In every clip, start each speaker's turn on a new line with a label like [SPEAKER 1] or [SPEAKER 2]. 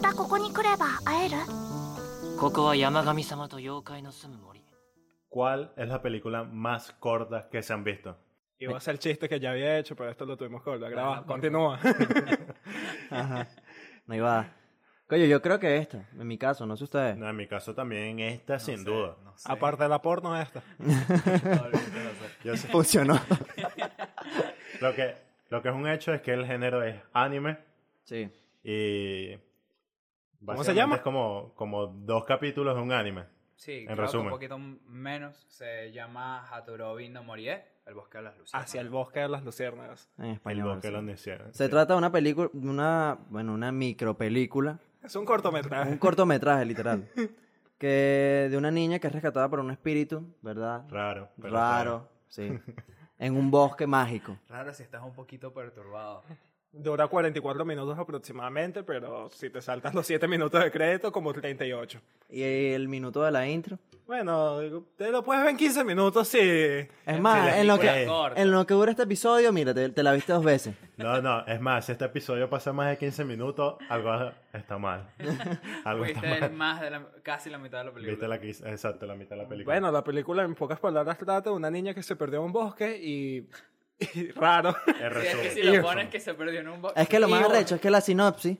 [SPEAKER 1] たここに来れば会える
[SPEAKER 2] ここは山神様と妖怪の住む森
[SPEAKER 3] ¿Cuál es la película más corta que se han visto?
[SPEAKER 4] Iba a ser el chiste que ya había hecho, pero esto lo tuvimos que volver a grabar. Continúa.
[SPEAKER 5] Ajá. No iba. Coño, yo creo que esta, en mi caso, no sé ustedes.
[SPEAKER 3] No, en mi caso también esta, sin
[SPEAKER 6] sé,
[SPEAKER 3] duda.
[SPEAKER 6] no sé.
[SPEAKER 4] Aparte de la porno, esta.
[SPEAKER 6] Probablemente no sé.
[SPEAKER 3] Yo sé-
[SPEAKER 5] Funcionó.
[SPEAKER 3] lo, que, lo que es un hecho es que el género es anime
[SPEAKER 5] Sí.
[SPEAKER 3] y...
[SPEAKER 4] ¿Cómo se
[SPEAKER 3] básicamente
[SPEAKER 4] llama?
[SPEAKER 3] Es como, como dos capítulos de un anime.
[SPEAKER 6] Sí,
[SPEAKER 3] En
[SPEAKER 6] creo
[SPEAKER 3] resumen.
[SPEAKER 6] que un poquito menos. Se llama Haturobi no Morie, el bosque de las luces.
[SPEAKER 4] Hacia el bosque de las luciérnagas.
[SPEAKER 5] En
[SPEAKER 3] El
[SPEAKER 5] español.
[SPEAKER 3] bosque
[SPEAKER 5] sí.
[SPEAKER 3] donde hicieron.
[SPEAKER 5] Se trata de una película, una, bueno, una micropelícula,
[SPEAKER 4] Es un
[SPEAKER 5] un
[SPEAKER 4] cortometraje.
[SPEAKER 5] cortometraje literal, que de una niña que es rescatada por un espíritu, ¿verdad?
[SPEAKER 3] Raro. pero
[SPEAKER 5] Raro, sí. En un bosque mágico.
[SPEAKER 6] Raro si estás un poquito perturbado.
[SPEAKER 4] Dura 44 minutos aproximadamente, pero si te saltas los 7 minutos de crédito, como 38.
[SPEAKER 5] Y el minuto de la intro.
[SPEAKER 4] Bueno, digo, te lo puedes ver en 15 minutos si...
[SPEAKER 5] Es más,
[SPEAKER 3] la
[SPEAKER 5] en lo,
[SPEAKER 3] película
[SPEAKER 5] que,
[SPEAKER 3] es
[SPEAKER 6] corta.
[SPEAKER 5] en lo que dura este episodio, mira, te, te la viste dos veces.
[SPEAKER 3] No, no, es más, si este episodio pasa más de 15 minutos, algo está mal. Algo está
[SPEAKER 6] Fuiste
[SPEAKER 3] mal.
[SPEAKER 6] más de la- casi la mitad de la película.
[SPEAKER 3] Viste la que hice- exacto, la mitad de la película.
[SPEAKER 4] Bueno, la película en pocas palabras trata de una niña que se perdió en un bosque y... y raro.
[SPEAKER 3] el
[SPEAKER 6] Sí, es
[SPEAKER 3] resumen.
[SPEAKER 6] que si lo pones que se perdió en un bosque.
[SPEAKER 5] Es que lo más
[SPEAKER 4] Y bueno.
[SPEAKER 5] arrecho es que la sinopsis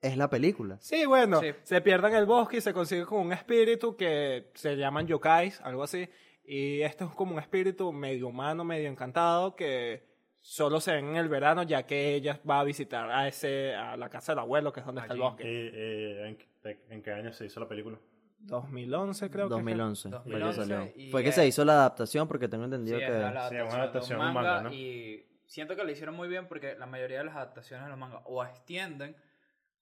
[SPEAKER 5] es la película.
[SPEAKER 4] Sí, bueno,
[SPEAKER 6] Sí.
[SPEAKER 4] se pierden en el bosque y se consigue con un espíritu que se llaman yokais, algo así. Y este es como un espíritu medio humano, medio encantado, que solo se ven en el verano, ya que ella va a visitar a ese a la casa del abuelo, que es donde está el
[SPEAKER 6] Allí.
[SPEAKER 4] bosque.
[SPEAKER 3] ¿Y, eh, en, qué- en qué año se hizo la película?
[SPEAKER 4] 2011 creo que. fue.
[SPEAKER 5] 2011. fue que
[SPEAKER 6] 2011
[SPEAKER 5] salió.
[SPEAKER 6] y
[SPEAKER 5] Fue que
[SPEAKER 6] es-
[SPEAKER 5] se hizo la adaptación porque tengo entendido
[SPEAKER 6] Sí, es la
[SPEAKER 5] que...
[SPEAKER 3] Sí, es una
[SPEAKER 6] adaptación,
[SPEAKER 3] adaptación
[SPEAKER 6] de un manga,
[SPEAKER 3] manga, ¿no?
[SPEAKER 6] y siento que lo hicieron muy bien porque la mayoría de las adaptaciones de los mangas o extienden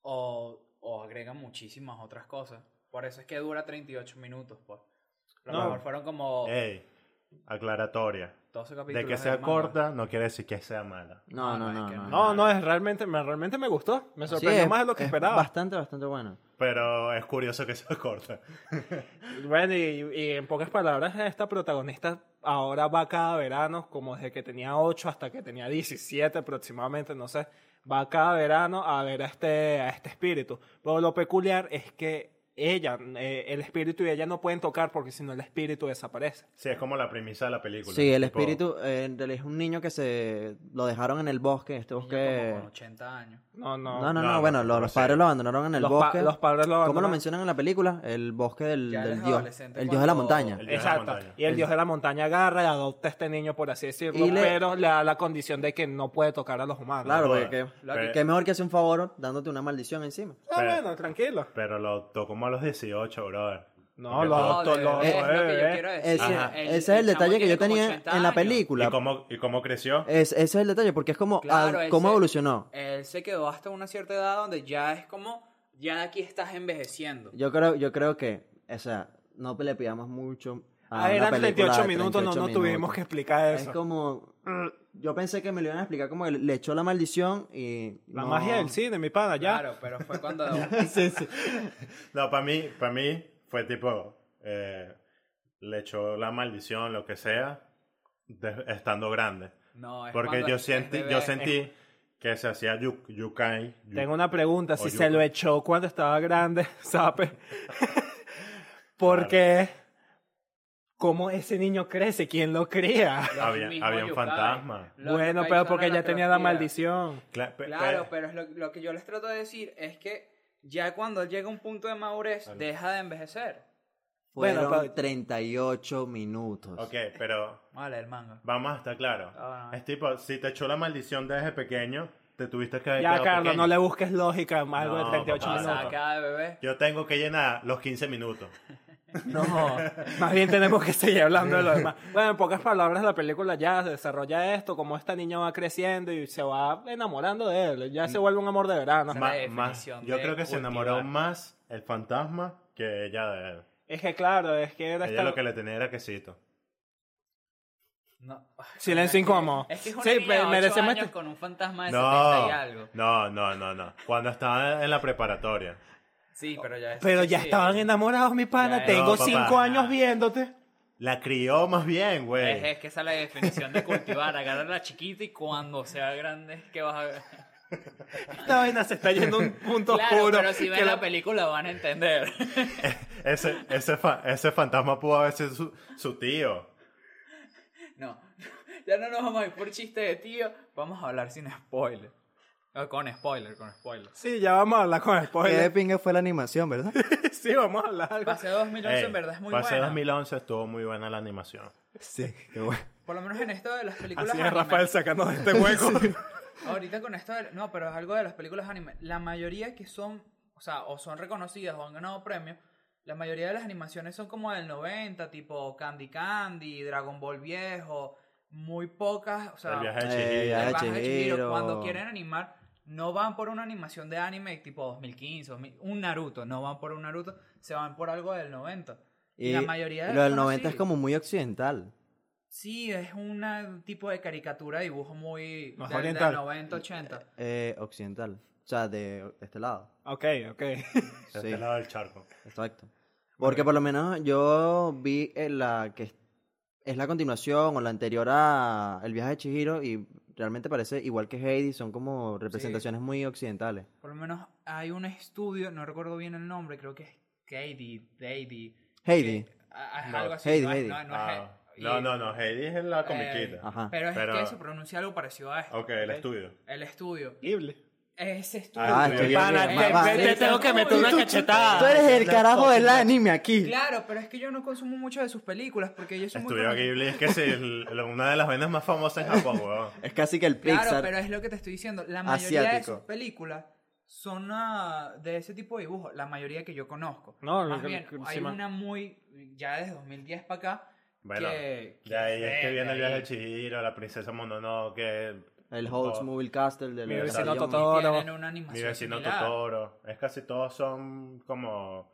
[SPEAKER 6] o, o agregan muchísimas otras cosas. Por eso es que dura 38 minutos, pues. A lo
[SPEAKER 4] No.
[SPEAKER 6] mejor fueron como
[SPEAKER 3] Ey, aclaratoria.
[SPEAKER 6] 12 capítulos.
[SPEAKER 3] Eh, De que sea
[SPEAKER 6] del Oh. manga.
[SPEAKER 3] corta no quiere decir que sea mala.
[SPEAKER 5] No,
[SPEAKER 6] Ah,
[SPEAKER 5] no,
[SPEAKER 6] no,
[SPEAKER 5] no.
[SPEAKER 6] es que
[SPEAKER 5] no,
[SPEAKER 6] no.
[SPEAKER 4] No, no, es realmente, me, realmente me gustó. Me
[SPEAKER 5] Sí,
[SPEAKER 4] sorprendió
[SPEAKER 5] es-
[SPEAKER 4] más de lo que
[SPEAKER 5] es
[SPEAKER 4] esperaba.
[SPEAKER 5] Bastante, bastante bueno.
[SPEAKER 3] Pero es curioso que sea corta.
[SPEAKER 4] Bueno, y, y en pocas palabras, esta protagonista ahora va cada verano, como desde que tenía 8 hasta que tenía 17 aproximadamente, no sé, va cada verano a ver a este, a este espíritu. Pero lo peculiar es que ella, eh, el espíritu y ella no pueden tocar porque si no el espíritu desaparece.
[SPEAKER 3] Sí, es como la premisa de la película.
[SPEAKER 5] Sí, el
[SPEAKER 3] Tipo,
[SPEAKER 5] espíritu eh, en realidad es un niño que se lo dejaron en el bosque, este
[SPEAKER 6] Niño
[SPEAKER 5] bosque.
[SPEAKER 6] como con 80 años.
[SPEAKER 4] No, no.
[SPEAKER 5] No, no, no,
[SPEAKER 3] No, no,
[SPEAKER 5] bueno,
[SPEAKER 3] no,
[SPEAKER 5] lo-
[SPEAKER 3] no
[SPEAKER 5] los
[SPEAKER 3] sé.
[SPEAKER 5] padres lo abandonaron en el
[SPEAKER 4] los, pa-
[SPEAKER 5] bosque.
[SPEAKER 4] los padres lo
[SPEAKER 5] ¿Cómo lo
[SPEAKER 4] abandonaron.
[SPEAKER 5] mencionan en la película? El bosque del,
[SPEAKER 6] Ya él
[SPEAKER 5] del
[SPEAKER 6] es
[SPEAKER 5] dios.
[SPEAKER 6] adolescente
[SPEAKER 5] El dios de la
[SPEAKER 6] cuando-
[SPEAKER 5] montaña.
[SPEAKER 3] El dios de la
[SPEAKER 4] Exacto.
[SPEAKER 3] montaña.
[SPEAKER 4] Y el dios de la montaña agarra y adopta a este niño, por así decirlo,
[SPEAKER 5] Y le-
[SPEAKER 4] pero le da la condición de que no puede tocar a los humanos.
[SPEAKER 5] Claro,
[SPEAKER 3] Joder.
[SPEAKER 5] porque qué-
[SPEAKER 6] Lo que-
[SPEAKER 5] qué mejor que hacer un favor dándote una maldición encima.
[SPEAKER 4] Ah, bueno, tranquilo.
[SPEAKER 3] Pero lo tocó como a los 18, brother.
[SPEAKER 4] No,
[SPEAKER 3] Porque
[SPEAKER 4] lo
[SPEAKER 3] todo-
[SPEAKER 4] adoptó, lo
[SPEAKER 6] es lo
[SPEAKER 4] adoptó,
[SPEAKER 6] que yo
[SPEAKER 4] eh, eh.
[SPEAKER 6] quiero decir.
[SPEAKER 5] Ese,
[SPEAKER 3] Ajá.
[SPEAKER 6] El-
[SPEAKER 5] ese es
[SPEAKER 6] el
[SPEAKER 5] el
[SPEAKER 6] chamo
[SPEAKER 5] detalle que
[SPEAKER 6] tiene
[SPEAKER 5] yo
[SPEAKER 6] como
[SPEAKER 5] tenía
[SPEAKER 6] 80
[SPEAKER 5] en la
[SPEAKER 6] años.
[SPEAKER 3] ¿Y
[SPEAKER 5] película. Eh.
[SPEAKER 3] cómo, ¿Y cómo creció?
[SPEAKER 5] Es, ese es el detalle, porque es como
[SPEAKER 6] Claro,
[SPEAKER 5] ah,
[SPEAKER 6] él
[SPEAKER 5] cómo
[SPEAKER 6] se-
[SPEAKER 5] evolucionó.
[SPEAKER 6] Él se quedó hasta una cierta edad donde ya es como, ya de aquí estás envejeciendo.
[SPEAKER 5] Yo creo, yo creo que, o sea, no le pidamos mucho.
[SPEAKER 4] Ah,
[SPEAKER 5] A una
[SPEAKER 4] eran
[SPEAKER 5] película
[SPEAKER 4] 38
[SPEAKER 5] de
[SPEAKER 4] minutos, no,
[SPEAKER 5] 38
[SPEAKER 4] no tuvimos
[SPEAKER 5] minutos.
[SPEAKER 4] que explicar
[SPEAKER 5] Es
[SPEAKER 4] eso.
[SPEAKER 5] como. Yo pensé que me lo iban a explicar como que le echó la maldición y.
[SPEAKER 4] La
[SPEAKER 5] no.
[SPEAKER 4] magia del cine, mi pana, ya.
[SPEAKER 6] Claro, pero fue cuando...
[SPEAKER 5] Sí, sí.
[SPEAKER 3] No, para mí, para mí fue tipo, eh, le echó la maldición, lo que sea, de- estando grande.
[SPEAKER 6] No, es
[SPEAKER 3] Porque
[SPEAKER 6] cuando
[SPEAKER 3] yo
[SPEAKER 6] es
[SPEAKER 3] sentí,
[SPEAKER 6] bebé.
[SPEAKER 3] yo sentí que se hacía yu- yukai. yu-
[SPEAKER 4] Tengo una pregunta, si
[SPEAKER 3] Oye,
[SPEAKER 4] se lo
[SPEAKER 3] Luca.
[SPEAKER 4] echó cuando estaba grande, ¿sabe? Porque cómo ese niño crece, ¿quién lo cría?
[SPEAKER 6] Los
[SPEAKER 3] Había-
[SPEAKER 6] mismos
[SPEAKER 3] había un
[SPEAKER 6] yokai.
[SPEAKER 3] fantasma.
[SPEAKER 6] Los
[SPEAKER 4] bueno,
[SPEAKER 6] yokai
[SPEAKER 4] pero
[SPEAKER 6] son
[SPEAKER 4] porque
[SPEAKER 6] una
[SPEAKER 4] ya tenía la
[SPEAKER 6] atrofia.
[SPEAKER 4] maldición. pues.
[SPEAKER 3] Cla- pe-
[SPEAKER 6] Claro,
[SPEAKER 3] pe-
[SPEAKER 6] pero es lo, lo que yo les trato de decir es que ya cuando llega un punto de madurez, deja de envejecer.
[SPEAKER 5] Fueron
[SPEAKER 4] Bueno, pa-
[SPEAKER 5] 38 minutos.
[SPEAKER 3] Ok, pero
[SPEAKER 6] Vale, el manga.
[SPEAKER 3] vamos a estar claro.
[SPEAKER 6] Ah, no.
[SPEAKER 3] Es tipo, si te echó la maldición desde pequeño, te tuviste que haber
[SPEAKER 4] Ya,
[SPEAKER 3] quedado
[SPEAKER 4] Carlos,
[SPEAKER 3] pequeño.
[SPEAKER 4] no le busques lógica, más algo de
[SPEAKER 3] No,
[SPEAKER 4] 38
[SPEAKER 3] papá,
[SPEAKER 4] minutos.
[SPEAKER 6] Pasa cada bebé.
[SPEAKER 3] Yo tengo que llenar los 15 minutos.
[SPEAKER 4] No, más bien tenemos que seguir hablando de lo demás. Bueno, en pocas palabras, la película ya desarrolla esto, cómo esta niña va creciendo y se va enamorando de él. Ya se vuelve un amor de verano.
[SPEAKER 6] Esa es
[SPEAKER 3] Mm. Ma-
[SPEAKER 6] la definición
[SPEAKER 3] más-
[SPEAKER 6] de
[SPEAKER 3] yo creo que se
[SPEAKER 6] cultivar.
[SPEAKER 3] enamoró más el fantasma que ella de él.
[SPEAKER 4] Es que claro, es que era
[SPEAKER 3] Ella
[SPEAKER 4] esta-
[SPEAKER 3] lo que le tenía era quesito.
[SPEAKER 6] No.
[SPEAKER 4] Silencio incómodo.
[SPEAKER 6] Es que es una
[SPEAKER 4] Sí,
[SPEAKER 6] niña
[SPEAKER 4] me-
[SPEAKER 6] de ocho
[SPEAKER 4] merecemos
[SPEAKER 6] años
[SPEAKER 4] este-
[SPEAKER 6] con un fantasma de
[SPEAKER 3] No,
[SPEAKER 6] 70 y algo.
[SPEAKER 3] no, no, no, no. Cuando estaba en la preparatoria.
[SPEAKER 6] Sí, pero ya es-
[SPEAKER 4] Pero ya
[SPEAKER 6] sí.
[SPEAKER 4] estaban enamorados, mi pana.
[SPEAKER 6] Ya,
[SPEAKER 3] no,
[SPEAKER 4] Tengo
[SPEAKER 3] papá.
[SPEAKER 4] cinco años viéndote.
[SPEAKER 3] La crió más bien,
[SPEAKER 6] Es,
[SPEAKER 3] güey.
[SPEAKER 6] es que esa es la definición de cultivar, agarrar a la chiquita y cuando sea grande es que vas a...
[SPEAKER 4] Esta vaina se está yendo a un punto
[SPEAKER 6] Claro,
[SPEAKER 4] oscuro.
[SPEAKER 6] pero si ven
[SPEAKER 4] que
[SPEAKER 6] la película van a entender.
[SPEAKER 3] Ese, ese, fa- ese fantasma pudo haber sido su, su tío.
[SPEAKER 6] No, ya no nos vamos a ir por chiste de tío, vamos a hablar sin spoiler. No, con spoiler, con spoiler.
[SPEAKER 4] Sí, ya vamos a hablar con
[SPEAKER 5] Qué de
[SPEAKER 4] spoilers.
[SPEAKER 5] pingue fue la animación, ¿verdad?
[SPEAKER 4] sí, vamos a hablar. algo.
[SPEAKER 6] Paseo 2011
[SPEAKER 3] Ey,
[SPEAKER 6] en verdad es muy
[SPEAKER 3] Pase
[SPEAKER 6] buena.
[SPEAKER 3] 2011 estuvo muy buena la animación.
[SPEAKER 5] Sí, qué bueno.
[SPEAKER 6] Por lo menos en esto de las películas
[SPEAKER 4] Así es,
[SPEAKER 6] anime.
[SPEAKER 4] Rafael, sacándonos de este hueco.
[SPEAKER 6] Ahorita con esto de- No, pero es algo de las películas anime. La mayoría que son... O sea, o son reconocidas o han ganado premios. La mayoría de las animaciones son como del 90, tipo Candy Candy, Dragon Ball viejo. Muy pocas, o sea...
[SPEAKER 3] el viaje de
[SPEAKER 5] Eh,
[SPEAKER 3] Chihiro.
[SPEAKER 5] ya, Baja
[SPEAKER 6] El Baja
[SPEAKER 5] de
[SPEAKER 6] de Chihiro,
[SPEAKER 5] Chihiro.
[SPEAKER 6] cuando quieren animar, no van por una animación de anime tipo 2015, 2000, un Naruto, no van por un Naruto, se van por algo del 90. Y, la mayoría de
[SPEAKER 5] Lo
[SPEAKER 6] las
[SPEAKER 5] del
[SPEAKER 6] son
[SPEAKER 5] 90 es
[SPEAKER 6] así.
[SPEAKER 5] como muy occidental.
[SPEAKER 6] Sí, es un tipo de caricatura, dibujo muy
[SPEAKER 4] Más
[SPEAKER 6] del, del
[SPEAKER 4] oriental.
[SPEAKER 6] 90, 80.
[SPEAKER 5] Eh, occidental. O sea, de este lado.
[SPEAKER 4] ok, ok.
[SPEAKER 3] De
[SPEAKER 5] Sí,
[SPEAKER 3] este lado del charco.
[SPEAKER 5] exacto. Porque por lo menos yo vi eh, la que es- es la continuación o la anterior a El viaje de Chihiro y realmente parece igual que Heidi, son como representaciones muy occidentales.
[SPEAKER 6] Por lo menos hay un estudio, no recuerdo bien el nombre, creo que es Katie, Daddy.
[SPEAKER 5] Heidi.
[SPEAKER 6] a- a-
[SPEAKER 3] No,
[SPEAKER 6] algo así.
[SPEAKER 5] Heidi,
[SPEAKER 6] no, es-
[SPEAKER 5] Heidi.
[SPEAKER 6] no, no es
[SPEAKER 3] Ah,
[SPEAKER 6] Heidi.
[SPEAKER 3] no, no, no. Heidi es la
[SPEAKER 6] Eh,
[SPEAKER 3] comiquita.
[SPEAKER 5] Ajá.
[SPEAKER 6] Pero es
[SPEAKER 3] Pero-
[SPEAKER 6] que se pronuncia algo parecido a esto.
[SPEAKER 3] ok, el estudio.
[SPEAKER 6] El estudio.
[SPEAKER 4] Horrible.
[SPEAKER 6] Ese estudio.
[SPEAKER 3] Ah,
[SPEAKER 5] Ah,
[SPEAKER 3] estoy
[SPEAKER 5] estoy
[SPEAKER 4] Pana,
[SPEAKER 6] bien.
[SPEAKER 4] te-
[SPEAKER 6] Mamá.
[SPEAKER 4] te- te tengo que meter una
[SPEAKER 6] Tú- tú- Ah,
[SPEAKER 4] cachetada.
[SPEAKER 5] Tú eres el carajo del anime aquí.
[SPEAKER 6] Claro, pero es que yo no consumo mucho de sus películas porque ellos son
[SPEAKER 3] Estudio
[SPEAKER 6] muy...
[SPEAKER 3] Ghibli es que sí, el- la- una de las venas más famosas en Japón, weón.
[SPEAKER 5] Es casi que el
[SPEAKER 6] Claro,
[SPEAKER 5] Pixar.
[SPEAKER 6] pero es lo que te estoy diciendo. La mayoría de
[SPEAKER 5] asiático.
[SPEAKER 6] sus películas son ah, de ese tipo de dibujo. La mayoría que yo conozco.
[SPEAKER 4] No,
[SPEAKER 6] Más
[SPEAKER 4] lo-
[SPEAKER 6] bien,
[SPEAKER 4] lo-
[SPEAKER 6] hay
[SPEAKER 4] sí, man.
[SPEAKER 6] una muy... Ya desde 2010 para acá.
[SPEAKER 3] Bueno,
[SPEAKER 6] que,
[SPEAKER 3] de ahí es que
[SPEAKER 6] de
[SPEAKER 3] viene el viaje
[SPEAKER 6] ahí.
[SPEAKER 3] de Chihiro, la princesa Mononoke,
[SPEAKER 5] El Holtz
[SPEAKER 3] Oh.
[SPEAKER 5] Movie Castle de
[SPEAKER 4] Mi
[SPEAKER 5] la-
[SPEAKER 4] vecino
[SPEAKER 5] de-
[SPEAKER 4] Totoro.
[SPEAKER 6] Y tienen una
[SPEAKER 3] mi
[SPEAKER 6] animación
[SPEAKER 3] vecino
[SPEAKER 6] similar.
[SPEAKER 3] Totoro. Es casi todos son como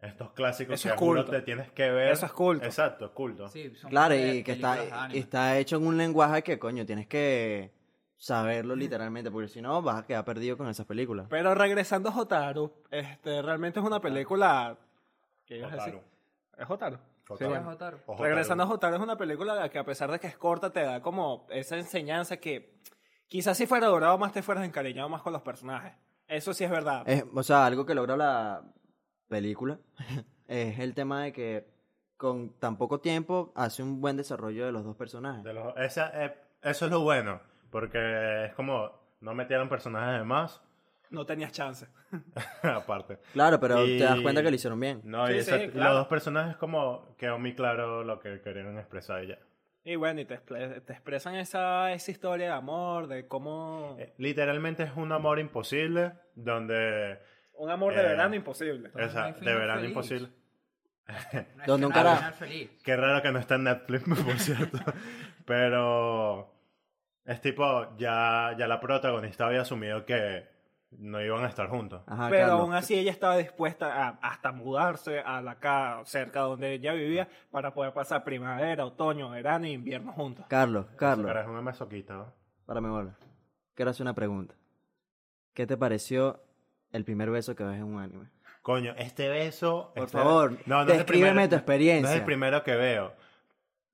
[SPEAKER 3] estos clásicos
[SPEAKER 4] Eso
[SPEAKER 3] que
[SPEAKER 4] es
[SPEAKER 3] alguno
[SPEAKER 4] culto.
[SPEAKER 3] te tienes que ver.
[SPEAKER 4] Eso es culto.
[SPEAKER 3] Exacto, es culto.
[SPEAKER 6] Sí, son
[SPEAKER 5] Claro,
[SPEAKER 6] pe-
[SPEAKER 5] y que
[SPEAKER 6] películas de
[SPEAKER 5] está,
[SPEAKER 6] anime.
[SPEAKER 5] y está hecho en un lenguaje que, coño, tienes que saberlo literalmente, porque si no vas a quedar perdido con esas películas.
[SPEAKER 4] Pero regresando a Hotaru, este, realmente es una película... ¿Qué ibas a decir?
[SPEAKER 3] Otaru.
[SPEAKER 4] Es Hotaru.
[SPEAKER 3] Hotaru.
[SPEAKER 4] Sí, bueno.
[SPEAKER 6] Otaru.
[SPEAKER 3] O Hotaru.
[SPEAKER 4] Regresando a Hotaru es una película que a pesar de que es corta te da como esa enseñanza que quizás si fuera durado más te fueras encariñado más con los personajes. Eso sí es verdad.
[SPEAKER 5] Es- o sea, algo que logra la película es el tema de que con tan poco tiempo hace un buen desarrollo de los dos personajes.
[SPEAKER 3] De los- esa- eh, eso es lo bueno, porque es como no metieron personajes de más,
[SPEAKER 4] No tenías chance.
[SPEAKER 3] aparte.
[SPEAKER 5] Claro, pero
[SPEAKER 3] Y-
[SPEAKER 5] te das cuenta que lo hicieron bien.
[SPEAKER 3] No, y
[SPEAKER 4] Sí,
[SPEAKER 3] esa-
[SPEAKER 4] sí, claro.
[SPEAKER 3] los dos personajes como quedó muy claro lo que querían expresar ella.
[SPEAKER 4] Y bueno, y te, expre- te expresan esa, esa historia de amor, de cómo...
[SPEAKER 3] Eh, Literalmente es un amor imposible donde
[SPEAKER 4] Un amor de
[SPEAKER 3] eh,
[SPEAKER 4] verano imposible.
[SPEAKER 6] Entonces,
[SPEAKER 3] esa-
[SPEAKER 6] no hay
[SPEAKER 3] de
[SPEAKER 6] final
[SPEAKER 3] verano
[SPEAKER 6] feliz.
[SPEAKER 3] imposible.
[SPEAKER 6] pues, No
[SPEAKER 5] Donde
[SPEAKER 6] es que
[SPEAKER 5] un
[SPEAKER 6] no hay
[SPEAKER 5] cara-
[SPEAKER 6] final feliz.
[SPEAKER 3] Qué raro que no está en Netflix, por cierto. Pero es tipo ya ya la protagonista había asumido que no iban a estar juntos.
[SPEAKER 5] Ajá,
[SPEAKER 4] pero
[SPEAKER 5] Carlos.
[SPEAKER 4] aún así ella estaba dispuesta a, hasta mudarse a la casa cerca donde ella vivía para poder pasar primavera, otoño, verano e invierno juntos.
[SPEAKER 5] Carlos, Carlos,
[SPEAKER 3] Pero es una masoquista, ¿no?
[SPEAKER 5] para mi bola. Quiero hacer una pregunta. ¿Qué te pareció el primer beso que ves en un anime?
[SPEAKER 3] Coño, este beso.
[SPEAKER 5] Por
[SPEAKER 3] este-
[SPEAKER 5] favor,
[SPEAKER 3] es el
[SPEAKER 5] descríbeme
[SPEAKER 3] primero-
[SPEAKER 5] tu
[SPEAKER 3] No
[SPEAKER 5] experiencia.
[SPEAKER 3] es el primero que veo.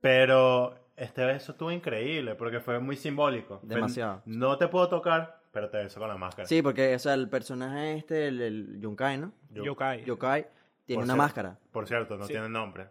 [SPEAKER 3] Pero este beso estuvo increíble porque fue muy simbólico. Fue-
[SPEAKER 5] Demasiado.
[SPEAKER 3] no te puedo tocar, pero te beso con la máscara.
[SPEAKER 5] Sí, porque o sea, el personaje este, el, el Yunkai, ¿no?
[SPEAKER 3] Yo-
[SPEAKER 4] Yokai.
[SPEAKER 5] Yokai tiene
[SPEAKER 3] Por
[SPEAKER 5] una
[SPEAKER 3] cierto-
[SPEAKER 5] máscara.
[SPEAKER 3] Por cierto, no
[SPEAKER 4] Sí.
[SPEAKER 3] tiene nombre.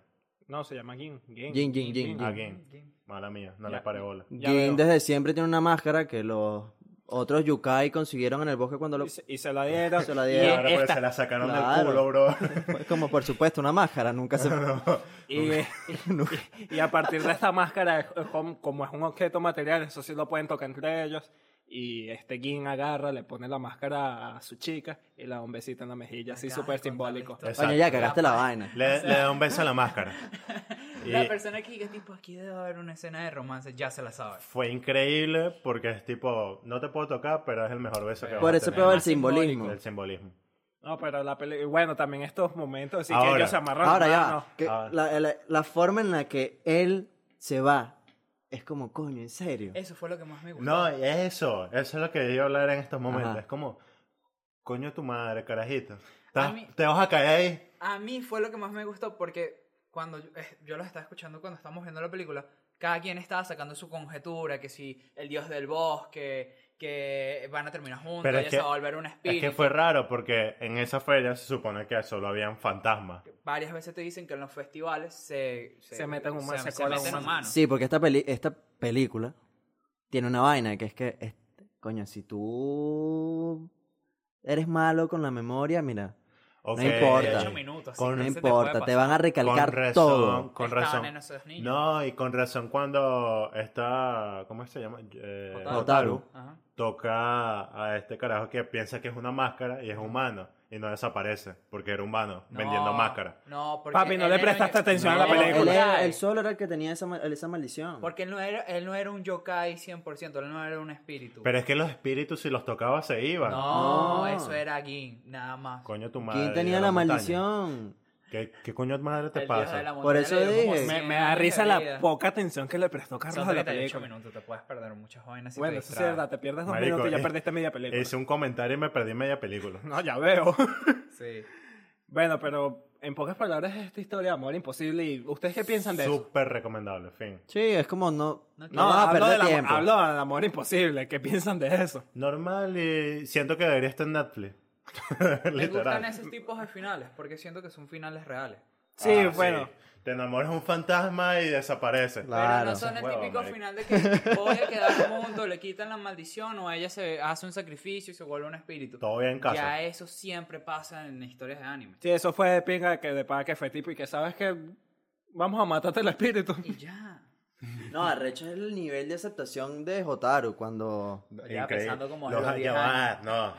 [SPEAKER 4] No, se llama Gin. Gin,
[SPEAKER 5] Gin, Gin, Gin.
[SPEAKER 3] Ah, Gin. Mala mía, no
[SPEAKER 4] Ya.
[SPEAKER 3] le paré bola.
[SPEAKER 4] Ya
[SPEAKER 5] Gin
[SPEAKER 4] veo.
[SPEAKER 5] desde siempre tiene una máscara que los otros Yukai consiguieron en el bosque cuando lo...
[SPEAKER 4] Y se, y se la dieron.
[SPEAKER 5] Se la
[SPEAKER 4] Y
[SPEAKER 3] Y
[SPEAKER 5] dieron.
[SPEAKER 3] ahora pues se la sacaron del
[SPEAKER 5] Claro.
[SPEAKER 3] culo, bro.
[SPEAKER 5] Pues como por supuesto una máscara, nunca se...
[SPEAKER 4] Y, y- y a partir de esta máscara, es- es como, como es un objeto material, eso sí lo pueden tocar entre ellos. Y este Gin agarra, le pone la máscara a su chica y le da un besito en la mejilla, así
[SPEAKER 6] Acabas de
[SPEAKER 4] súper
[SPEAKER 6] contar
[SPEAKER 4] simbólico.
[SPEAKER 6] la
[SPEAKER 5] Oye,
[SPEAKER 3] Exacto.
[SPEAKER 5] ya cagaste la vaina.
[SPEAKER 3] Le, le da un beso a la máscara. Y
[SPEAKER 6] La persona que diga, tipo, aquí debe haber una escena de romance, ya se la sabe.
[SPEAKER 3] fue increíble porque es tipo, no te puedo tocar, pero es el mejor beso que
[SPEAKER 6] Por
[SPEAKER 3] vas
[SPEAKER 5] Por
[SPEAKER 3] a
[SPEAKER 5] eso
[SPEAKER 3] tener.
[SPEAKER 5] peor el
[SPEAKER 6] Más simbólico.
[SPEAKER 5] simbolismo.
[SPEAKER 3] El simbolismo.
[SPEAKER 4] No, pero la peli... Bueno, también estos momentos, así que
[SPEAKER 3] Ahora.
[SPEAKER 4] ellos se amarraron.
[SPEAKER 5] Ahora ya,
[SPEAKER 4] mano.
[SPEAKER 5] va, que
[SPEAKER 3] Ahora.
[SPEAKER 5] La, la- la forma en la que él se va es como, coño, en serio.
[SPEAKER 6] Eso fue lo que más me gustó.
[SPEAKER 3] No, eso, eso es lo que yo hablar en estos momentos.
[SPEAKER 5] Ajá.
[SPEAKER 3] Es como, coño tu madre, carajito.
[SPEAKER 6] A
[SPEAKER 3] Estás-
[SPEAKER 6] mí-
[SPEAKER 3] Te vas a caer ahí.
[SPEAKER 6] A mí fue lo que más me gustó porque cuando yo, eh, yo los estaba escuchando cuando estábamos viendo la película, cada quien estaba sacando su conjetura, que si el dios del bosque, que van a terminar juntos,
[SPEAKER 3] Pero es
[SPEAKER 6] ella
[SPEAKER 3] que-
[SPEAKER 6] se va a volver un
[SPEAKER 3] Es
[SPEAKER 6] espíritu.
[SPEAKER 3] que fue raro porque en esa feria se supone que solo habían fantasmas.
[SPEAKER 6] Varias veces te dicen que en los festivales se,
[SPEAKER 4] Se meten humanos,
[SPEAKER 6] se,
[SPEAKER 4] se
[SPEAKER 6] se
[SPEAKER 4] colan
[SPEAKER 6] meten
[SPEAKER 4] humanos.
[SPEAKER 6] humanos.
[SPEAKER 5] Sí, porque esta, peli esta película tiene una vaina que es que, es- coño, si tú eres malo con la memoria, mira,
[SPEAKER 3] Ok.
[SPEAKER 5] importa.
[SPEAKER 6] Ocho minutos,
[SPEAKER 3] Con-
[SPEAKER 6] sí,
[SPEAKER 5] no
[SPEAKER 6] se te
[SPEAKER 5] importa,
[SPEAKER 6] puede
[SPEAKER 5] te,
[SPEAKER 6] pasar.
[SPEAKER 5] van a recalcar
[SPEAKER 3] con razón,
[SPEAKER 5] todo.
[SPEAKER 3] Con
[SPEAKER 6] Estaban
[SPEAKER 3] razón.
[SPEAKER 6] en esos niños.
[SPEAKER 3] No, y con razón cuando está, ¿cómo se llama? Eh,
[SPEAKER 6] Otaru.
[SPEAKER 5] Otaru.
[SPEAKER 6] Ajá.
[SPEAKER 3] toca a este carajo que piensa que es una máscara y es humano y no desaparece porque era humano
[SPEAKER 6] No,
[SPEAKER 3] vendiendo máscaras.
[SPEAKER 6] No, porque
[SPEAKER 4] Papi, no
[SPEAKER 6] él
[SPEAKER 4] le
[SPEAKER 6] era
[SPEAKER 4] prestaste
[SPEAKER 6] un-
[SPEAKER 4] atención
[SPEAKER 3] a la
[SPEAKER 5] No,
[SPEAKER 3] película.
[SPEAKER 5] Él, era-
[SPEAKER 6] yokai.
[SPEAKER 5] él solo era el que tenía esa, ma- esa maldición.
[SPEAKER 6] Porque él no, era, él no era un yokai 100%, él no era un espíritu.
[SPEAKER 3] Pero es que los espíritus si los tocaba se iban.
[SPEAKER 6] no,
[SPEAKER 5] No.
[SPEAKER 6] eso era Gin, nada más.
[SPEAKER 3] Coño tu madre.
[SPEAKER 5] ¿Quién
[SPEAKER 3] y
[SPEAKER 5] tenía
[SPEAKER 3] a
[SPEAKER 5] la,
[SPEAKER 3] montaña.
[SPEAKER 5] maldición?
[SPEAKER 3] ¿Qué, qué coño tu madre te
[SPEAKER 6] El dios de la
[SPEAKER 3] pasa?
[SPEAKER 6] montaña
[SPEAKER 5] Por eso
[SPEAKER 6] le dio como
[SPEAKER 5] dije.
[SPEAKER 4] Me,
[SPEAKER 6] 100
[SPEAKER 4] me da
[SPEAKER 6] años
[SPEAKER 4] risa
[SPEAKER 6] de
[SPEAKER 4] la
[SPEAKER 6] vida.
[SPEAKER 4] poca atención que le prestó Carlos
[SPEAKER 6] Son
[SPEAKER 4] a la
[SPEAKER 6] 38
[SPEAKER 4] película.
[SPEAKER 6] minutos, te puedes perder muchas jóvenes si
[SPEAKER 4] Bueno,
[SPEAKER 6] te
[SPEAKER 4] eso es
[SPEAKER 6] distraes.
[SPEAKER 4] verdad, te pierdes dos
[SPEAKER 3] Marico,
[SPEAKER 4] minutos y ya
[SPEAKER 3] eh,
[SPEAKER 4] perdiste media película.
[SPEAKER 3] Hice un comentario y me perdí media película.
[SPEAKER 4] No, ya veo.
[SPEAKER 6] Sí.
[SPEAKER 4] bueno, pero en pocas palabras es esta historia de amor imposible. ¿Y ustedes qué piensan de eso?
[SPEAKER 3] Súper recomendable, fin.
[SPEAKER 5] Sí, es como no,
[SPEAKER 6] No,
[SPEAKER 5] no,
[SPEAKER 6] no,
[SPEAKER 5] vas a
[SPEAKER 4] hablo,
[SPEAKER 5] perder
[SPEAKER 4] del amor-
[SPEAKER 5] tiempo.
[SPEAKER 4] hablo del amor imposible. ¿Qué piensan de eso?
[SPEAKER 3] Normal y siento que debería estar en Netflix.
[SPEAKER 6] Me gustan
[SPEAKER 3] Literal.
[SPEAKER 6] esos tipos de finales porque siento que son finales reales.
[SPEAKER 4] Sí,
[SPEAKER 3] Ah,
[SPEAKER 4] bueno.
[SPEAKER 3] Te enamoras de un fantasma y desaparece.
[SPEAKER 5] Claro.
[SPEAKER 6] Pero no son el
[SPEAKER 3] Huevo,
[SPEAKER 6] típico
[SPEAKER 3] marico.
[SPEAKER 6] final de que voy a quedar juntos, le quitan la maldición o ella se hace un sacrificio y se vuelve un espíritu.
[SPEAKER 3] Todo bien en casa.
[SPEAKER 6] Ya eso siempre pasa en historias de anime.
[SPEAKER 4] Sí, eso fue de pinga que de paga que fue tipo y que sabes que vamos a matarte el espíritu.
[SPEAKER 6] Y ya.
[SPEAKER 5] No, arrecho es el nivel de aceptación de Jotaru cuando...
[SPEAKER 6] Ya pensando como en
[SPEAKER 3] Los-
[SPEAKER 6] los
[SPEAKER 3] ya
[SPEAKER 6] 10
[SPEAKER 3] va, no.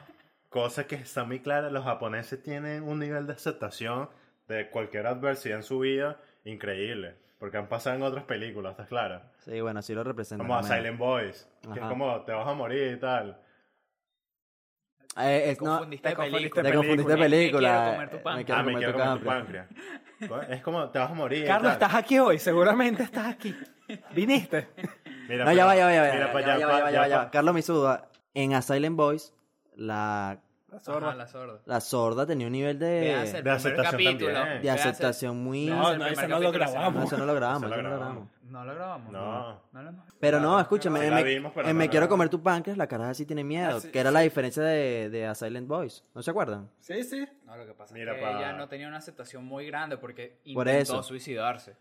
[SPEAKER 3] Cosa que está muy clara, los japoneses tienen un nivel de aceptación de cualquier adversidad en su vida increíble. Porque han pasado en otras películas, ¿estás clara?
[SPEAKER 5] Sí, bueno, así lo representan.
[SPEAKER 3] Como a
[SPEAKER 5] también.
[SPEAKER 3] Silent Boys, que es
[SPEAKER 5] Ajá.
[SPEAKER 3] como te vas a morir y tal.
[SPEAKER 5] Eh, es- no,
[SPEAKER 6] Confundiste
[SPEAKER 4] te confundiste
[SPEAKER 6] película.
[SPEAKER 5] te confundiste
[SPEAKER 6] película.
[SPEAKER 5] película.
[SPEAKER 6] Me quiero comer tu
[SPEAKER 5] eh,
[SPEAKER 6] pan.
[SPEAKER 5] me quiero
[SPEAKER 3] Ah, me
[SPEAKER 5] comer
[SPEAKER 3] quiero
[SPEAKER 5] tu
[SPEAKER 3] comer tu
[SPEAKER 5] pan.
[SPEAKER 3] páncreas. Pues, es como te vas a morir. y
[SPEAKER 4] Carlos,
[SPEAKER 3] tal.
[SPEAKER 4] estás aquí hoy, seguramente estás aquí. Viniste.
[SPEAKER 3] Mira,
[SPEAKER 5] No, ya
[SPEAKER 3] pa-
[SPEAKER 5] va, ya va, ya va.
[SPEAKER 3] mira
[SPEAKER 5] ya
[SPEAKER 3] pa'
[SPEAKER 5] va,
[SPEAKER 3] allá,
[SPEAKER 5] ya va, ya
[SPEAKER 3] pa-
[SPEAKER 5] va,
[SPEAKER 3] ya
[SPEAKER 5] ya va, ya
[SPEAKER 3] pa-
[SPEAKER 5] va. Carlos Misuda, en A Silent Voice, la,
[SPEAKER 4] La zorra.
[SPEAKER 6] Ajá, la sorda.
[SPEAKER 5] la sorda tenía un nivel
[SPEAKER 6] Véanse
[SPEAKER 5] de,
[SPEAKER 6] el
[SPEAKER 3] de
[SPEAKER 6] primer
[SPEAKER 3] aceptación
[SPEAKER 6] capítulo.
[SPEAKER 3] también.
[SPEAKER 5] de
[SPEAKER 3] véanse-
[SPEAKER 5] aceptación muy...
[SPEAKER 6] Véanse
[SPEAKER 4] No,
[SPEAKER 6] el
[SPEAKER 4] no,
[SPEAKER 6] primer
[SPEAKER 4] eso no lo
[SPEAKER 6] capítulo,
[SPEAKER 4] grabamos.
[SPEAKER 5] No, eso no lo grabamos,
[SPEAKER 3] Eso lo
[SPEAKER 5] eso no lo
[SPEAKER 3] grabamos.
[SPEAKER 5] grabamos.
[SPEAKER 6] No lo grabamos.
[SPEAKER 3] No.
[SPEAKER 6] No lo hemos-
[SPEAKER 5] Pero
[SPEAKER 6] Claro,
[SPEAKER 5] no, escúchame,
[SPEAKER 3] sí
[SPEAKER 5] en
[SPEAKER 3] la
[SPEAKER 5] me,
[SPEAKER 3] vimos, pero
[SPEAKER 5] en
[SPEAKER 3] no
[SPEAKER 5] Me
[SPEAKER 3] la
[SPEAKER 5] quiero
[SPEAKER 3] vimos.
[SPEAKER 5] comer tu páncreas, la cara así tiene miedo,
[SPEAKER 4] Ah, sí,
[SPEAKER 5] que era la diferencia de, de A Silent Voice, ¿no se acuerdan?
[SPEAKER 4] Sí, sí.
[SPEAKER 6] No, lo que pasa
[SPEAKER 3] Mira,
[SPEAKER 6] es que
[SPEAKER 3] pa-
[SPEAKER 6] ella no tenía una aceptación muy grande porque intentó
[SPEAKER 5] Por eso.
[SPEAKER 6] suicidarse.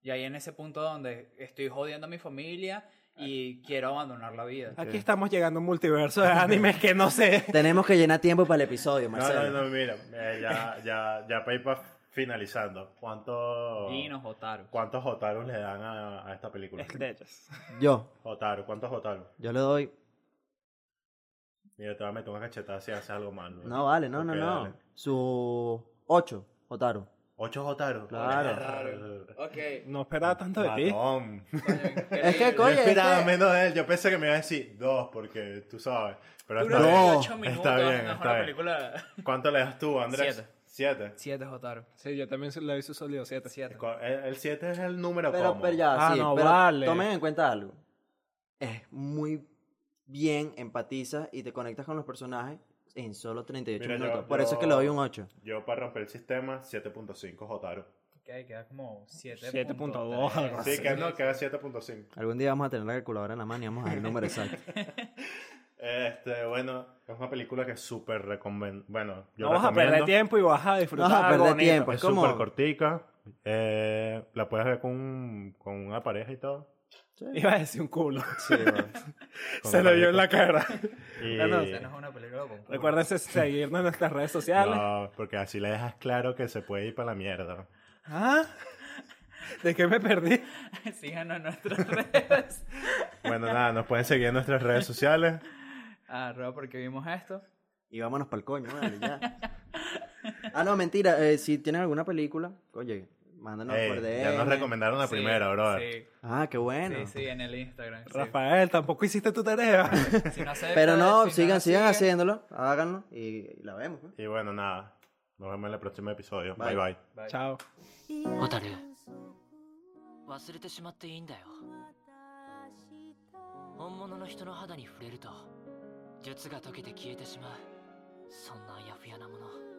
[SPEAKER 6] Y ahí en ese punto donde estoy jodiendo a mi familia y quiero abandonar la vida.
[SPEAKER 4] Aquí estamos llegando a un multiverso de animes que no sé.
[SPEAKER 5] Tenemos que llenar tiempo para el episodio,
[SPEAKER 3] No, no,
[SPEAKER 5] Marcelo.
[SPEAKER 3] no, mira. eh, ya, ya, ya para ir pa- finalizando. ¿Cuánto,
[SPEAKER 6] Dinos, Otaru.
[SPEAKER 3] ¿Cuántos Otarus le dan a, a esta película?
[SPEAKER 6] Este.
[SPEAKER 5] Yo,
[SPEAKER 3] Otaru, ¿cuántos Otaru?
[SPEAKER 5] yo le doy...
[SPEAKER 3] Mira, te voy a meter una cachetada si haces algo malo.
[SPEAKER 5] No, vale, no, no, no. Su 8, Otaru.
[SPEAKER 3] ¿Ocho Otaru?
[SPEAKER 5] Claro.
[SPEAKER 6] Ok.
[SPEAKER 4] No esperaba tanto de ti.
[SPEAKER 3] Matón.
[SPEAKER 5] Es que,
[SPEAKER 3] Yo
[SPEAKER 5] coño, es
[SPEAKER 3] esperaba
[SPEAKER 5] que-
[SPEAKER 3] menos de él. Yo pensé que me iba a decir dos, porque tú sabes. Pero
[SPEAKER 6] Dura
[SPEAKER 3] está bien.
[SPEAKER 6] 28 minutos.
[SPEAKER 3] Está bien,
[SPEAKER 6] es mejor
[SPEAKER 3] está
[SPEAKER 6] la
[SPEAKER 3] bien.
[SPEAKER 6] película.
[SPEAKER 3] ¿Cuánto le das tú, Andrés?
[SPEAKER 6] Siete.
[SPEAKER 3] ¿Siete?
[SPEAKER 6] 7 es Otaru.
[SPEAKER 4] Sí, yo también le doy su sólido 7.
[SPEAKER 6] 7.
[SPEAKER 3] Co- El el siete es el número
[SPEAKER 5] Pero,
[SPEAKER 3] como.
[SPEAKER 5] pero ya,
[SPEAKER 4] Ah,
[SPEAKER 5] sí,
[SPEAKER 4] no,
[SPEAKER 5] pero
[SPEAKER 4] vale.
[SPEAKER 5] tomen en cuenta algo. Es muy bien, empatizas y te conectas con los personajes en solo 38
[SPEAKER 3] Mira, yo-
[SPEAKER 5] minutos. Por eso es que
[SPEAKER 3] yo-
[SPEAKER 5] le doy un 8.
[SPEAKER 3] Yo para romper el sistema, 7.5 Otaru.
[SPEAKER 6] Ok, queda como 7.
[SPEAKER 4] 7.2,
[SPEAKER 6] Ah,
[SPEAKER 4] algo
[SPEAKER 3] Sí, que no, queda 7.5.
[SPEAKER 5] Algún día vamos a tener la calculadora en la mano y vamos a dar el número exacto.
[SPEAKER 3] Este, bueno, es una película que súper recomiendo. Bueno, yo
[SPEAKER 4] No vas a
[SPEAKER 3] recomiendo.
[SPEAKER 4] perder tiempo y vas a disfrutar.
[SPEAKER 5] No vas a
[SPEAKER 4] algo
[SPEAKER 5] perder
[SPEAKER 4] bonito.
[SPEAKER 5] tiempo.
[SPEAKER 3] Es
[SPEAKER 5] Es como-
[SPEAKER 3] súper cortica. eh, la puedes ver con, un- con una pareja y todo.
[SPEAKER 4] Iba a decir un culo.
[SPEAKER 3] Con
[SPEAKER 4] Se
[SPEAKER 3] una
[SPEAKER 4] lo dio en
[SPEAKER 3] pareja.
[SPEAKER 4] la cara.
[SPEAKER 3] Y-
[SPEAKER 4] Ya no,
[SPEAKER 6] Esa no es una película con culo.
[SPEAKER 4] Recuerden seguirnos en nuestras redes sociales.
[SPEAKER 3] No, porque así le dejas claro que se puede ir para la mierda.
[SPEAKER 4] ¿Ah? ¿De qué me perdí?
[SPEAKER 6] Síganos en nuestras redes.
[SPEAKER 3] Bueno, nada, nos pueden seguir en nuestras redes sociales.
[SPEAKER 6] Arroba porque vimos esto.
[SPEAKER 5] Y vámonos para el coño, vale, ya. Ah, no, mentira. eh, si tienen alguna película, oye, mándanos
[SPEAKER 3] Ey,
[SPEAKER 5] por
[SPEAKER 3] Eh, ya nos
[SPEAKER 5] DM.
[SPEAKER 3] recomendaron la
[SPEAKER 6] Sí,
[SPEAKER 3] primera, brother.
[SPEAKER 6] Sí,
[SPEAKER 5] Ah, qué bueno.
[SPEAKER 6] sí, sí, en el Instagram. sí.
[SPEAKER 4] Rafael, tampoco hiciste tu tarea.
[SPEAKER 6] Si no eh. aceptas,
[SPEAKER 5] Pero no,
[SPEAKER 6] si
[SPEAKER 5] sigan, sigan
[SPEAKER 6] la sigues,
[SPEAKER 5] haciéndolo, háganlo y, y la vemos. pues. ¿no?
[SPEAKER 3] Y bueno, nada. Nos vemos en el próximo episodio.
[SPEAKER 5] Bye.
[SPEAKER 3] bye. bye.
[SPEAKER 4] Chao.
[SPEAKER 2] ホタル忘れてしまっていいんだよ本物の人の肌に触れると術が溶けて消えてしまうそんなあやふやなもの